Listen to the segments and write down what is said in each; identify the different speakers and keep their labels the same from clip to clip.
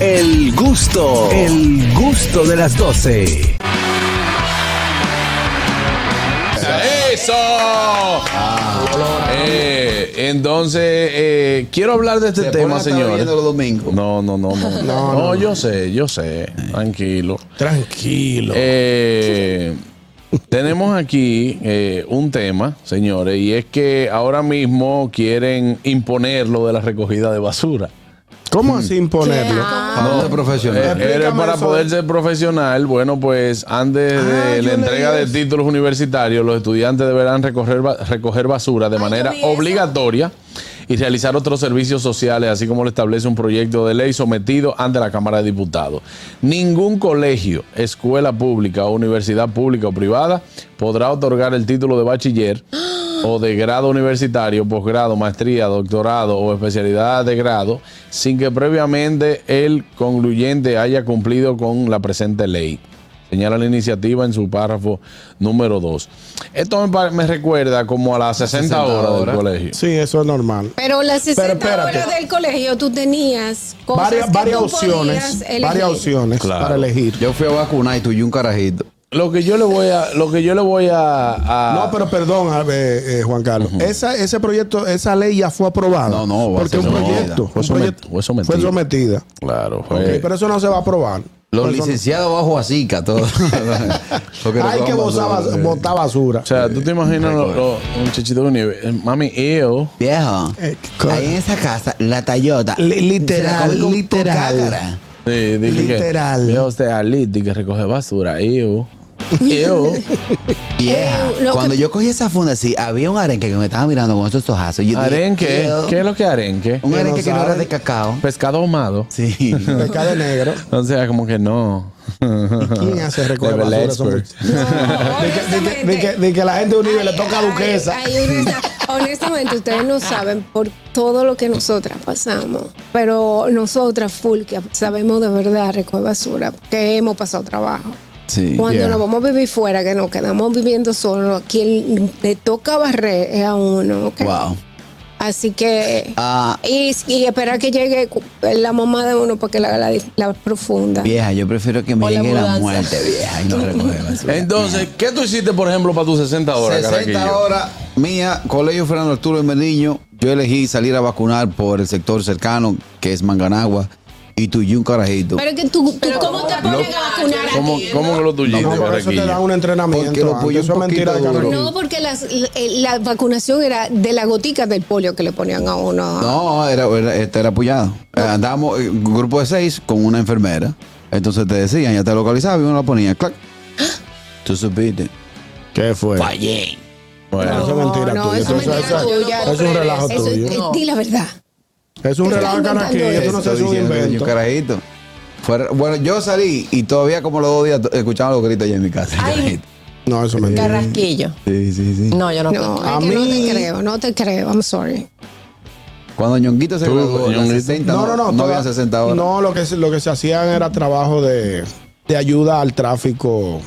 Speaker 1: El gusto, el gusto de las 12.
Speaker 2: ¡Eso! Eh, entonces, eh, quiero hablar de este
Speaker 3: Se pone
Speaker 2: tema,
Speaker 3: a estar
Speaker 2: señores.
Speaker 3: bebiendo los domingos.
Speaker 2: No, no, no, no. No, No, yo sé, yo sé. Tranquilo.
Speaker 4: Tranquilo.
Speaker 2: Eh, tenemos aquí eh, un tema, señores, y es que ahora mismo quieren imponer lo de la recogida de basura.
Speaker 4: ¿Cómo así imponerlo?
Speaker 3: Para de profesional.
Speaker 2: Eh, eres para
Speaker 4: eso.
Speaker 2: poder ser profesional, bueno, pues antes de
Speaker 4: yo
Speaker 2: la
Speaker 4: leí
Speaker 2: entrega de
Speaker 4: eso.
Speaker 2: títulos universitarios, los estudiantes deberán recorrer, ba- recoger basura de manera
Speaker 5: vi eso.
Speaker 2: obligatoria y realizar otros servicios sociales, así como lo establece un proyecto de ley sometido ante la Cámara de Diputados. Ningún colegio, escuela pública o universidad pública o privada podrá otorgar el título de bachiller o de grado universitario, posgrado, maestría, doctorado o especialidad de grado, sin que previamente el concluyente haya cumplido con la presente ley. Señala la iniciativa en su párrafo número 2. Esto me, pa- me recuerda como a las 60,
Speaker 3: 60
Speaker 2: horas,
Speaker 3: horas.
Speaker 2: del colegio.
Speaker 4: Sí, eso es normal.
Speaker 5: Pero las 60
Speaker 4: Pero espérate.
Speaker 5: horas del colegio tú tenías cosas
Speaker 4: varias
Speaker 5: que
Speaker 4: varias
Speaker 5: tú podías
Speaker 4: opciones.
Speaker 5: elegir.
Speaker 4: Varias opciones
Speaker 2: Claro.
Speaker 4: para elegir.
Speaker 3: Yo fui a vacunar y tuve un carajito.
Speaker 2: Lo que yo le voy a... Lo que yo le voy a, a-
Speaker 4: No, pero perdón, a ver, eh, Juan Carlos. Esa, ese proyecto, esa ley ya fue aprobada.
Speaker 3: No, no, va a
Speaker 4: porque
Speaker 3: ser
Speaker 4: un
Speaker 3: sometida.
Speaker 4: proyecto,
Speaker 2: Fue
Speaker 4: un proyecto
Speaker 2: somet- fue sometida. Eh,
Speaker 4: fue sometida.
Speaker 2: Claro, pues, fue-
Speaker 4: Ok, pero eso no se va a aprobar. Pues
Speaker 3: Los
Speaker 4: eso no-
Speaker 3: licenciados bajo acica, todo. Porque
Speaker 4: Hay que
Speaker 3: recojan
Speaker 4: botar, bas-
Speaker 3: basura.
Speaker 4: botar basura.
Speaker 2: o sea, tú te imaginas los los muchachitos de nieve. Eh, Mami, yo...
Speaker 6: Viejo,
Speaker 4: Eh, co-
Speaker 6: ahí en esa casa, la Tayota.
Speaker 4: Li- literal,
Speaker 6: se la come con- con
Speaker 4: literal.
Speaker 6: cácara.
Speaker 2: Sí, dije
Speaker 4: Literal.
Speaker 2: Que, veo usted a Liti que recoge basura. Yo. Yo.
Speaker 6: Vieja,
Speaker 5: Eh, lo
Speaker 6: cuando
Speaker 5: que-
Speaker 6: yo cogí esa funda así, había un arenque que me estaba mirando con esos ojazos. Yo dije,
Speaker 2: ¿Arenque?
Speaker 6: "Ew".
Speaker 2: ¿Qué es lo que es arenque?
Speaker 6: Un
Speaker 4: Que
Speaker 6: arenque
Speaker 4: no
Speaker 6: que no era
Speaker 4: sabe.
Speaker 6: de cacao.
Speaker 2: Pescado ahumado.
Speaker 6: Sí.
Speaker 4: Pescado negro.
Speaker 2: O sea, como que no.
Speaker 4: ¿Quién hace recoger
Speaker 2: Level
Speaker 4: basura? Son
Speaker 2: expert.
Speaker 4: muy- De que- de que- de que- de que la gente de Unive le toca a duquesa.
Speaker 5: Ay, ay, honesta- honestamente, ustedes no saben por todo lo que nosotras pasamos, pero nosotras, full, que sabemos de verdad recoger basura, que hemos pasado trabajo.
Speaker 3: Sí.
Speaker 5: Cuando
Speaker 4: yeah.
Speaker 5: nos vamos a vivir fuera, que nos quedamos viviendo solos, a quien le toca barrer es a uno. ¿ok?
Speaker 6: wow.
Speaker 5: Así que.
Speaker 6: Ah,
Speaker 5: Y, y esperar que llegue cu- la mamá de uno para que le haga la, di- la profunda.
Speaker 6: vieja, yo prefiero que me
Speaker 7: O la
Speaker 6: llegue la
Speaker 7: mudanza.
Speaker 6: muerte, vieja, y no recoger basura.
Speaker 2: Entonces, ¿qué tú hiciste, por ejemplo, para tus 60 horas,
Speaker 3: 60
Speaker 2: Caraquillo?
Speaker 3: horas, mía, Colegio Fernando Arturo de Mediño. Yo elegí salir a vacunar por el sector cercano, que es Manganagua, y tuve un carajito.
Speaker 5: Pero que tú, tú ¿cómo te ponen a vacunar
Speaker 2: ¿Cómo,
Speaker 5: aquí?
Speaker 2: ¿Cómo que lo tuyiste,
Speaker 4: No, por eso te
Speaker 2: Caraquillo?
Speaker 4: dan un entrenamiento.
Speaker 3: Porque lo apoyó
Speaker 4: antes. Eso
Speaker 3: un
Speaker 4: es mentira de
Speaker 3: poquito
Speaker 4: Carlos.
Speaker 3: duro.
Speaker 5: No, porque las- la, la vacunación era de las goticas del polio que le ponían a uno.
Speaker 3: No, era, era, este, era apoyado. Eh, Andábamos eh, un grupo de seis con una enfermera. Entonces te decían, ya te localizaba y uno la ponía, clac. Tú supiste.
Speaker 4: ¿Qué fue?
Speaker 6: Fallé.
Speaker 4: No,
Speaker 2: Bueno,
Speaker 4: eso es mentira
Speaker 5: no,
Speaker 4: tuya.
Speaker 5: eso es
Speaker 4: Eso-
Speaker 5: mentira
Speaker 4: eso-
Speaker 5: tuya.
Speaker 4: eso es un relajo
Speaker 5: Eso-
Speaker 4: tuyo.
Speaker 5: eh, Di la verdad.
Speaker 4: Es un
Speaker 5: Te
Speaker 4: relajo
Speaker 5: estás
Speaker 4: caraquillo.
Speaker 5: inventando
Speaker 4: Eso no se
Speaker 3: Estoy
Speaker 4: es un
Speaker 3: diciendo que yo
Speaker 4: invento.
Speaker 3: un carajito. Fuera- bueno, yo salí y todavía como los dos días to- escuchaba los gritos allá en mi casa.
Speaker 7: Ay.
Speaker 4: No, eso es mentira.
Speaker 7: Carrasquillo.
Speaker 3: Sí, sí, sí.
Speaker 7: No, yo no.
Speaker 5: No,
Speaker 7: creo.
Speaker 4: A
Speaker 5: es que no
Speaker 4: mí-
Speaker 5: te creo, no te creo. I'm sorry.
Speaker 3: Cuando Ñonguito se
Speaker 2: Tú,
Speaker 3: graduó, en las
Speaker 2: Ñonguito.
Speaker 3: 60, no, no, no,
Speaker 4: toda-
Speaker 3: había 60 horas.
Speaker 4: No, lo que, se- lo que se hacían era trabajo de, de ayuda al tráfico.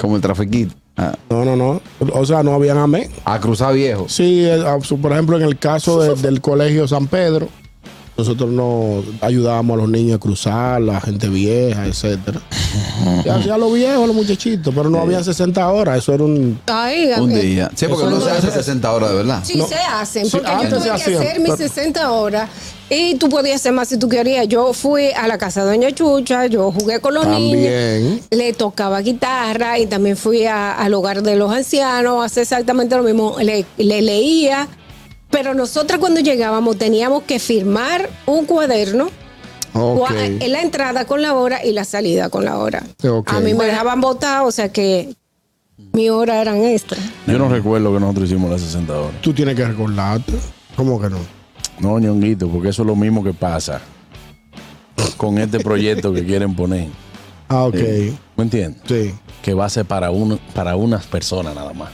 Speaker 3: Como el trafiquito. A,
Speaker 4: No, no, no. O sea, no habían amén.
Speaker 3: a cruzar viejo.
Speaker 4: Sí, eh, a- su- por ejemplo, en el caso de- del colegio San Pedro, nosotros nos ayudábamos a los niños a cruzar, la gente vieja, etcétera. Y hacía los viejos, los muchachitos, pero no había 60 horas. Eso era un.
Speaker 5: Ay,
Speaker 3: Un
Speaker 5: eh,
Speaker 3: día. Sí, porque
Speaker 4: Eso
Speaker 3: no
Speaker 4: no
Speaker 3: se hace 60 horas, de verdad.
Speaker 5: Sí, se hacen,
Speaker 4: Sí,
Speaker 5: porque
Speaker 4: antes
Speaker 5: yo
Speaker 4: se
Speaker 5: tuve que
Speaker 4: hacían,
Speaker 5: hacer mis
Speaker 4: pero-
Speaker 5: 60 horas y tú podías hacer más si tú querías. Yo fui a la casa de Doña Chucha, yo jugué con los
Speaker 4: También.
Speaker 5: niños, le tocaba guitarra y también fui a- al hogar de los ancianos, hace exactamente lo mismo, le, le leía, pero nosotros cuando llegábamos teníamos que firmar un cuaderno.
Speaker 4: Ok.
Speaker 5: cua- en la entrada con la hora y la salida con la hora.
Speaker 4: Ok.
Speaker 5: A mí me dejaban votar, o sea que mi hora eran extra.
Speaker 2: yo no recuerdo que nosotros hicimos las 60 horas.
Speaker 4: Tú tienes que recordarte. ¿Cómo que no?
Speaker 2: No, ñonguito, porque eso es lo mismo que pasa con este proyecto que quieren poner.
Speaker 4: Ah, ok. Sí.
Speaker 2: ¿Me entiendes? Que va a ser para, uno, para unas personas nada más.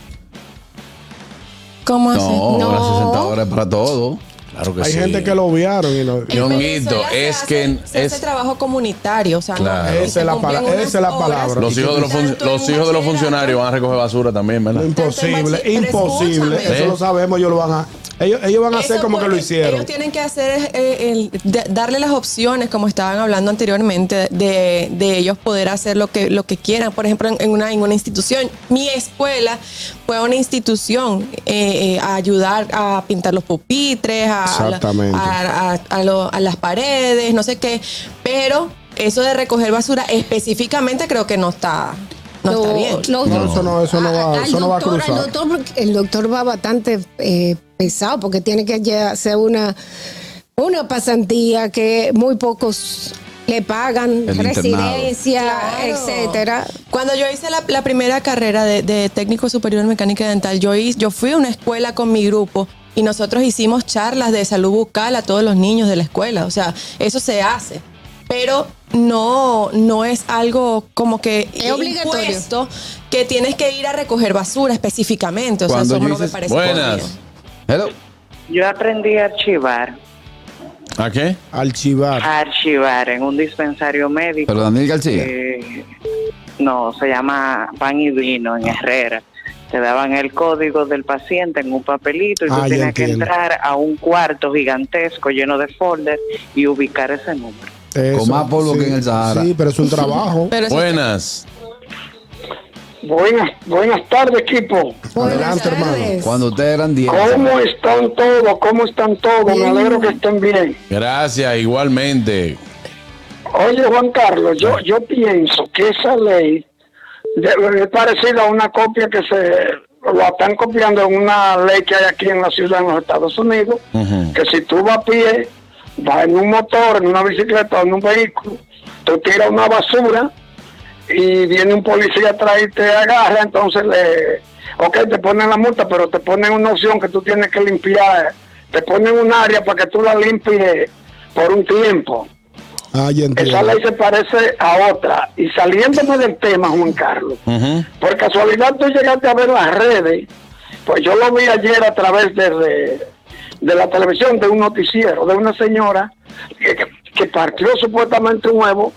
Speaker 7: ¿Cómo así?
Speaker 3: No,
Speaker 5: No.
Speaker 3: las 60 horas es para todo.
Speaker 2: Claro
Speaker 7: Pues
Speaker 2: que
Speaker 4: Hay
Speaker 2: sí.
Speaker 4: gente que lo obviaron y no.
Speaker 2: Yo- Ñonguito,
Speaker 7: Venezuela se
Speaker 2: es
Speaker 7: hace-
Speaker 2: que
Speaker 7: se hace
Speaker 2: es-
Speaker 7: trabajo comunitario, o sea,
Speaker 2: Claro.
Speaker 7: y se
Speaker 4: Esa es la
Speaker 7: cumplen
Speaker 4: pala-
Speaker 7: unas
Speaker 4: esa es la
Speaker 7: horas.
Speaker 4: palabra.
Speaker 2: Los hijos de los, fun-
Speaker 7: Tanto en
Speaker 2: los hijos de los
Speaker 7: bachillerato-
Speaker 2: funcionarios van a recoger basura también, ¿verdad?
Speaker 4: Imposible,
Speaker 7: Pero
Speaker 4: imposible.
Speaker 7: escúchame.
Speaker 4: Eso lo sabemos, ellos lo van a. Ellos, ellos van a hacer
Speaker 7: Eso
Speaker 4: como que lo
Speaker 7: porque
Speaker 4: hicieron.
Speaker 7: Ellos tienen que hacer eh, el- de- darle las opciones, como estaban hablando anteriormente, de, de ellos poder hacer lo que lo que quieran. Por ejemplo, en, en una en una institución, mi escuela fue una institución eh, eh, a ayudar a pintar los pupitres, a, a-
Speaker 4: Exactamente.
Speaker 7: a- a- a lo- a las paredes, no sé qué. Pero eso de recoger basura específicamente creo que no está no, está bien.
Speaker 4: No, eso no- eso no va-
Speaker 5: Ah, al
Speaker 4: eso no va a
Speaker 5: doctor-
Speaker 4: cruzar.
Speaker 5: al doctor- el doctor va bastante eh, pesado porque tiene que ya hacer una, una pasantía que muy pocos le pagan,
Speaker 3: El internado.
Speaker 5: residencia,
Speaker 7: Claro.
Speaker 5: etcétera.
Speaker 7: Cuando yo hice la, la primera carrera de, de técnico superior en mecánica dental, yo, hice- yo fui a una escuela con mi grupo y nosotros hicimos charlas de salud bucal a todos los niños de la escuela. O sea, eso se hace. Pero no, no es algo como que
Speaker 5: Es obligatorio.
Speaker 7: impuesto que tienes que ir a recoger basura específicamente. O sea,
Speaker 3: Cuando
Speaker 7: eso
Speaker 3: yo
Speaker 7: no me
Speaker 3: hice-
Speaker 7: parece correcto.
Speaker 2: Buenas.
Speaker 3: Hello.
Speaker 8: Yo aprendí a archivar,
Speaker 2: ¿A qué?
Speaker 4: Archivar.
Speaker 8: a archivar en un dispensario médico.
Speaker 3: Pero Daniel García.
Speaker 8: eh, no, se llama pan y vino
Speaker 4: Ah.
Speaker 8: en Herrera. Te daban el código del paciente en un papelito y
Speaker 4: Ah,
Speaker 8: tú
Speaker 4: ya
Speaker 8: tenías que
Speaker 4: entiendo.
Speaker 8: entrar a un cuarto gigantesco lleno de folders y ubicar ese número.
Speaker 4: Eso,
Speaker 3: Con más polvo que en el Sahara.
Speaker 4: Sí, pero es un trabajo.
Speaker 7: Pero eso-
Speaker 2: Buenas.
Speaker 9: Buenas, buenas tardes, equipo.
Speaker 5: Buenas
Speaker 4: Adelante, hermano.
Speaker 5: tardes.
Speaker 3: Cuando ustedes eran 10.
Speaker 9: ¿Cómo están todos? ¿Cómo están todos? Me alegro que estén bien.
Speaker 2: Gracias, igualmente.
Speaker 9: Oye, Juan Carlos, yo, yo pienso que esa ley debe- es parecida a una copia que se la están copiando en una ley que hay aquí en la ciudad en los Estados Unidos,
Speaker 2: Ujú.
Speaker 9: que si tú vas a pie, vas en un motor, en una bicicleta, en un vehículo, tú tiras una basura y viene un policía atrás y te agarra, entonces le, ok, te ponen la multa, pero te ponen una opción que tú tienes que limpiar, te ponen un área para que tú la limpies por un tiempo.
Speaker 4: Ah, ya
Speaker 9: Esa
Speaker 4: entiendo.
Speaker 9: ley se parece a otra. Y saliéndome del tema, Juan Carlos,
Speaker 2: Ujú.
Speaker 9: por casualidad tú llegaste a ver las redes, pues yo lo vi ayer a través de, de, de la televisión, de un noticiero, de una señora que, que- que partió supuestamente un huevo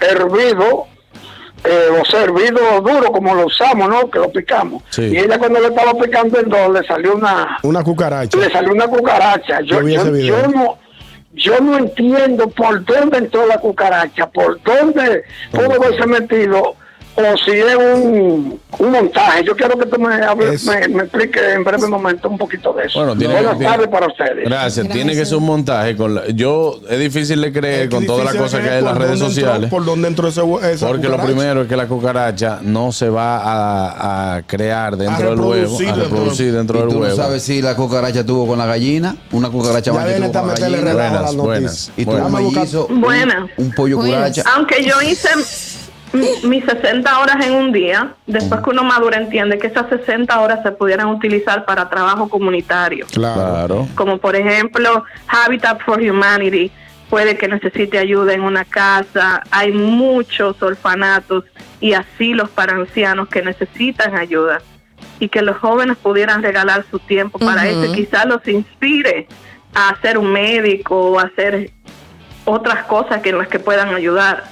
Speaker 9: hervido. eh, o sea, hervido duro como lo usamos, ¿no? Que lo picamos.
Speaker 2: Sí.
Speaker 9: Y ella cuando le estaba picando el dos le salió una,
Speaker 4: Una cucaracha.
Speaker 9: le salió una cucaracha. Yo,
Speaker 4: Yo vi
Speaker 9: yo-
Speaker 4: ese video.
Speaker 9: yo no, yo no entiendo por dónde entró la cucaracha, por dónde pudo haberse metido, o si es un, un montaje. Yo quiero que tú me, hables,
Speaker 4: Es-
Speaker 9: me, me expliques en breve momento un poquito de eso.
Speaker 2: Bueno, tiene que-
Speaker 9: Buenas
Speaker 2: tiene-
Speaker 9: tardes para ustedes.
Speaker 2: Gracias. Tiene que ser un montaje. Con la- yo, es difícil de creer
Speaker 4: Es
Speaker 2: Eh, con todas las
Speaker 4: difícil
Speaker 2: cosas que
Speaker 4: creer
Speaker 2: hay en las
Speaker 4: por
Speaker 2: redes
Speaker 4: dónde entró-
Speaker 2: sociales.
Speaker 4: Por dónde entró ese, hue- esa
Speaker 2: Porque lo
Speaker 4: cucaracha.
Speaker 2: primero es que la cucaracha no se va a, a crear dentro
Speaker 4: A
Speaker 2: del huevo,
Speaker 4: reproducir
Speaker 2: a
Speaker 4: dentro-
Speaker 2: reproducir dentro
Speaker 3: Y
Speaker 2: del
Speaker 3: tú no
Speaker 2: huevo.
Speaker 3: sabes si la cucaracha tuvo con la gallina, una cucaracha
Speaker 4: Ya
Speaker 3: macho
Speaker 4: viene
Speaker 3: tuvo
Speaker 4: esta
Speaker 3: con la
Speaker 4: meterle
Speaker 3: gallina.
Speaker 4: relajo
Speaker 2: Buenas,
Speaker 4: a las noticias.
Speaker 2: buenas.
Speaker 3: Y tu
Speaker 2: Bueno.
Speaker 3: mellizo, un,
Speaker 10: Buenas.
Speaker 3: un pollo
Speaker 5: Buenas.
Speaker 3: cucaracha.
Speaker 9: Ah,
Speaker 10: Aunque yo hice m- mis 60 horas en un día, después que uno madura entiende que esas 60 horas se pudieran utilizar para trabajo comunitario.
Speaker 2: Claro.
Speaker 10: Como por ejemplo, Habitat for Humanity puede que necesite ayuda en una casa. Hay muchos orfanatos y asilos para ancianos que necesitan ayuda y que los jóvenes pudieran regalar su tiempo para eso. Quizás los inspire a ser un médico o a hacer otras cosas que en las que puedan ayudar.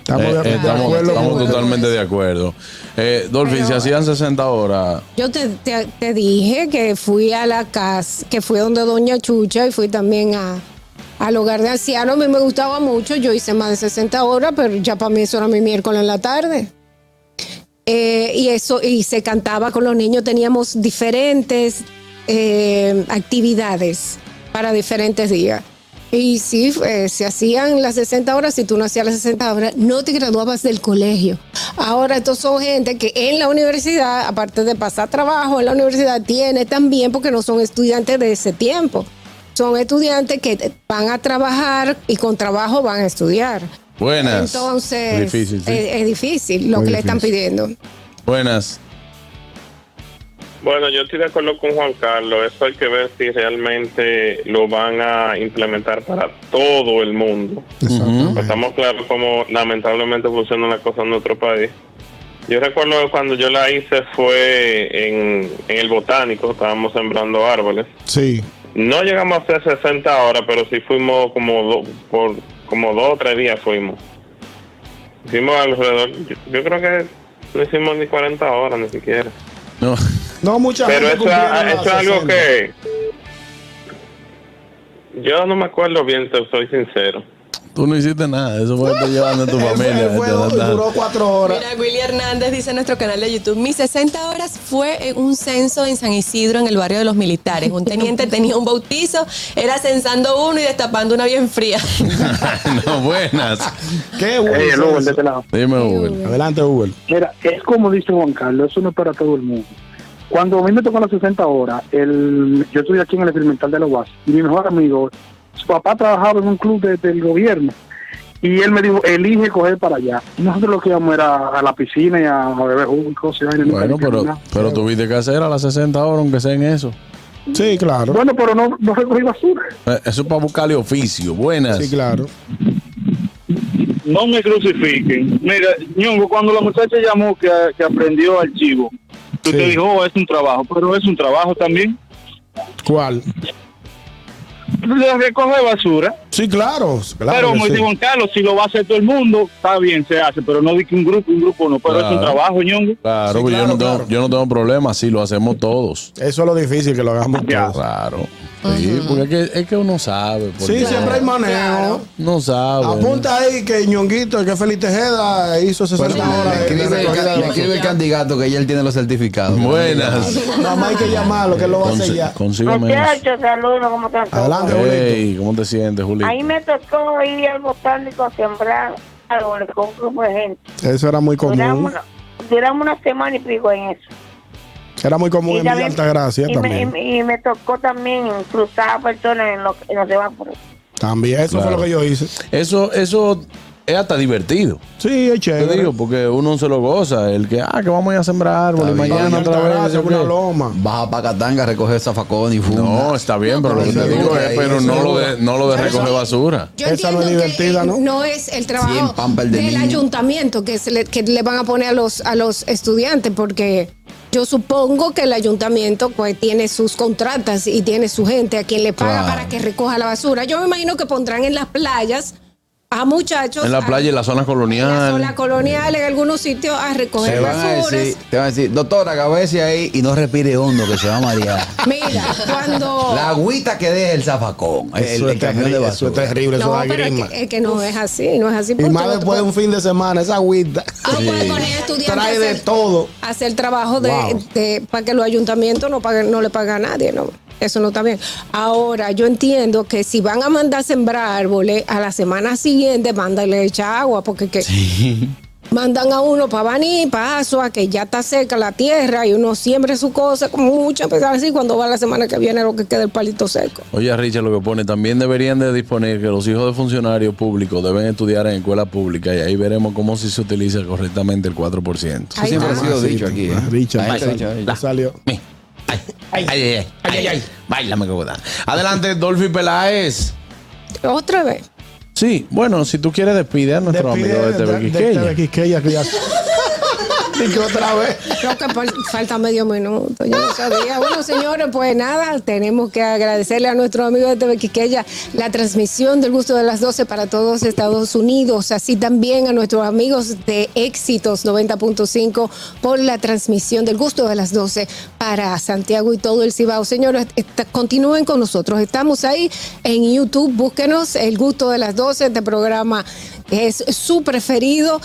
Speaker 4: Estamos,
Speaker 2: Eh,
Speaker 4: de, de
Speaker 2: estamos-
Speaker 4: acuerdo
Speaker 2: estamos
Speaker 4: con-
Speaker 2: totalmente de acuerdo. Eh, Dolphin,
Speaker 5: Pero-
Speaker 2: si hacían 60 horas,
Speaker 5: Yo te, te- te dije que fui a la casa, que fui donde Doña Chucha y fui también a, al hogar de ancianos. A mí me gustaba mucho, yo hice más de 60 horas, pero ya para mí eso era mi miércoles en la tarde. Eh, y eso, y se cantaba con los niños, teníamos diferentes eh, actividades para diferentes días. Y sí, eh, se hacían las 60 horas, si tú no hacías las 60 horas, no te graduabas del colegio. Ahora, estos son gente que en la universidad, aparte de pasar trabajo en la universidad, tiene también, porque no son estudiantes de ese tiempo. Son estudiantes que te- van a trabajar y con trabajo van a estudiar.
Speaker 2: buenas.
Speaker 5: Entonces, eh,
Speaker 2: Difícil, sí.
Speaker 5: es, es difícil lo
Speaker 4: Muy
Speaker 5: que le están
Speaker 4: difícil.
Speaker 5: pidiendo.
Speaker 2: Buenas.
Speaker 11: Bueno, yo estoy de acuerdo con Juan Carlos. Eso hay que ver si realmente lo van a implementar para todo el mundo.
Speaker 4: Exactamente.
Speaker 11: Estamos claros cómo lamentablemente funciona la cosa en nuestro país. Yo recuerdo que cuando yo la hice fue en, en el botánico, estábamos sembrando árboles.
Speaker 4: Sí.
Speaker 11: No llegamos a hacer 60 horas, pero sí fuimos como, do- por, como dos o tres días fuimos. Hicimos alrededor, yo, yo creo que no hicimos ni 40 horas ni siquiera.
Speaker 2: No.
Speaker 4: No, mucha
Speaker 11: Pero
Speaker 4: gente
Speaker 11: eso, a-
Speaker 4: cumplieron
Speaker 11: eso es
Speaker 4: las
Speaker 11: algo
Speaker 4: 60.
Speaker 11: que... Yo no me acuerdo bien, te soy sincero.
Speaker 2: Tú no hiciste nada, eso fue que te llevando a tu familia.
Speaker 4: fue-
Speaker 2: Jonathan.
Speaker 4: cuatro horas.
Speaker 7: Mira, Willy Hernández dice en nuestro canal de YouTube, mis 60 horas fue en un censo en San Isidro, en el barrio de los militares. Un teniente tenía un bautizo, era censando uno y destapando una bien fría.
Speaker 2: no, buenas.
Speaker 4: Qué
Speaker 2: bueno
Speaker 9: Eh,
Speaker 2: es
Speaker 9: Lugo,
Speaker 2: eso.
Speaker 9: el de este lado.
Speaker 2: Dime, Google.
Speaker 4: Adelante, Google.
Speaker 9: Mira, es como dice Juan Carlos, eso no es para todo el mundo. Cuando a mí me tocó las 60 horas, el, yo estudié aquí en el experimental de la UAS y mi mejor amigo, su papá trabajaba en un club de- del gobierno y él me dijo, elige coger para allá. Y Nosotros lo que íbamos era a la piscina y a, a beber jugo y cosas. y vaina, nunca
Speaker 2: Bueno,
Speaker 9: limpiamos
Speaker 2: pero,
Speaker 9: nada.
Speaker 2: pero tuviste que hacer a las 60 horas, aunque sea en eso.
Speaker 4: Sí, claro.
Speaker 9: Bueno, pero no, no recogí basura.
Speaker 2: Eh, Eso es para buscarle oficio. Buenas.
Speaker 4: Sí, claro.
Speaker 12: No me crucifiquen. Mira, Ñongo, cuando la muchacha llamó que, que aprendió archivo, tú te dijo, "Oh, es un trabajo, pero es un trabajo también.
Speaker 4: ¿Cuál?
Speaker 12: Recoge basura.
Speaker 4: Sí, claro. claro
Speaker 12: pero
Speaker 4: que
Speaker 12: como
Speaker 4: sí.
Speaker 12: dice Juan Carlos, si lo va a hacer todo el mundo, está bien, se hace, pero no di que un grupo, un grupo no, pero es un
Speaker 2: Claro.
Speaker 12: trabajo, Ñongo.
Speaker 2: Claro, pues yo, no tengo, yo no tengo problema, sí, lo hacemos todos.
Speaker 4: Eso es lo difícil que lo hagamos todos.
Speaker 2: Claro. Sí, porque es que, es que uno sabe.
Speaker 4: Sí, siempre hay manejo.
Speaker 2: No sabe.
Speaker 4: Apunta ahí que Ñonguito, el que Félix Tejeda hizo 60 horas.
Speaker 3: Le
Speaker 4: de- de
Speaker 3: escribe, el,
Speaker 4: recogida de
Speaker 3: le escribe el candidato que ya él tiene los certificados.
Speaker 2: Buenas.
Speaker 4: Nada más hay que llamarlo, que lo va a hacer ya.
Speaker 2: Consígueme eso.
Speaker 13: saludos, ¿cómo están todos?
Speaker 2: Ey, ¿cómo te sientes, Juli?
Speaker 13: Ahí me tocó ir al botánico a sembrar árboles con un grupo de gente.
Speaker 4: Eso era muy común.
Speaker 13: Duramos una, duramos una semana y pico en eso.
Speaker 4: Era muy común en Villa Altagracia
Speaker 13: y,
Speaker 4: también.
Speaker 13: Me, y, y me tocó también cruzar personas en, los- en los semáforos.
Speaker 4: También, eso
Speaker 2: Claro.
Speaker 4: fue lo que yo hice.
Speaker 2: Eso, eso es hasta divertido.
Speaker 4: Sí, es
Speaker 2: Te digo, porque uno se lo goza. El que, ah, que vamos a ir a sembrar árboles
Speaker 3: Está bien.
Speaker 2: mañana otra vez. ¿sí o qué?
Speaker 4: loma.
Speaker 3: Baja para Catanga, recoge zafacón y fuma.
Speaker 2: No, está bien, pero lo que te digo es, pero no lo de, no lo de recoger basura.
Speaker 5: Yo entiendo que eh, no es el trabajo
Speaker 3: Cien pampers de
Speaker 5: del
Speaker 3: niño.
Speaker 5: ayuntamiento que, se le, que le van a poner a los, a los estudiantes, porque yo supongo que el ayuntamiento pues, tiene sus contratas y tiene su gente a quien le paga
Speaker 2: Claro.
Speaker 5: para que recoja la basura. Yo me imagino que pondrán en las playas a muchachos,
Speaker 2: En la playa, en la zona
Speaker 5: a
Speaker 2: colonial.
Speaker 5: la colonial, en algunos sitios a recoger
Speaker 3: Te van a
Speaker 5: basuras.
Speaker 3: decir, te van a decir, doctora, cabece ahí y no respire hondo que se va a marear.
Speaker 5: Mira, cuando...
Speaker 3: La agüita que deja el zafacón.
Speaker 4: Eso
Speaker 3: el,
Speaker 4: es
Speaker 3: el camión de
Speaker 4: terrible, eso
Speaker 3: basura.
Speaker 4: es terrible, eso
Speaker 5: No,
Speaker 4: da
Speaker 5: pero es
Speaker 4: grima.
Speaker 5: que, eh, es que no es así, no es así.
Speaker 4: Y
Speaker 5: porque
Speaker 4: más
Speaker 5: no te
Speaker 4: después de un fin de semana, esa agüita.
Speaker 5: puedes poner a estudiantes a
Speaker 4: Trae de
Speaker 5: hacer-
Speaker 4: todo.
Speaker 5: hacer trabajo de,
Speaker 4: Wow.
Speaker 5: de- para que los ayuntamientos no paguen, no le paguen a nadie, no. Eso no está bien. Ahora, yo entiendo que si van a mandar a sembrar árboles, a la semana siguiente mándale echa agua, porque que mandan a uno para Baní, para Asua, que ya está cerca la tierra, y uno siembra su cosa, como mucho pesar así, cuando va la semana que viene lo que queda el palito seco.
Speaker 2: Oye, Richard, lo que pone, también deberían de disponer que los hijos de funcionarios públicos deben estudiar en escuela pública y ahí veremos cómo si se utiliza correctamente el 4%.
Speaker 3: Eso siempre ha sido dicho aquí.
Speaker 2: Ah,
Speaker 3: ¿eh?
Speaker 4: Richard,
Speaker 3: Ahí
Speaker 4: sal-
Speaker 3: está dicho, ahí.
Speaker 4: salió.
Speaker 2: Ay, ay,
Speaker 3: Eh,
Speaker 2: ay, ay, ay. Báilame, cogoda. Adelante, Dolphy Peláez.
Speaker 5: Otra vez.
Speaker 2: Sí, bueno, si tú quieres despide a nuestro
Speaker 4: Despide
Speaker 2: amigo de
Speaker 4: de-
Speaker 2: TV
Speaker 4: de
Speaker 2: Quisqueya.
Speaker 4: TV Quisqueya, que ya- Y que otra vez.
Speaker 5: Creo que fal- falta medio minuto, yo no sabía. Bueno, señores, pues nada, tenemos que agradecerle a nuestro amigo de TV Quiqueya la transmisión del gusto de las 12 para todos Estados Unidos, así también a nuestros amigos de Éxitos 90.5 por la transmisión del gusto de las 12 para Santiago y todo el Cibao. Señores, esta- continúen con nosotros, estamos ahí en YouTube, búsquenos el gusto de las 12, este programa es su preferido.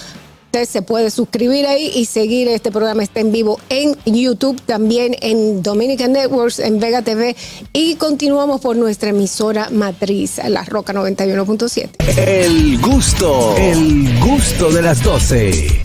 Speaker 5: Usted se puede suscribir ahí y seguir este programa. Está en vivo en YouTube, también en Dominican Networks, en Vega TV. Y continuamos por nuestra emisora matriz, La Roca 91.7.
Speaker 1: El gusto, el gusto de las 12.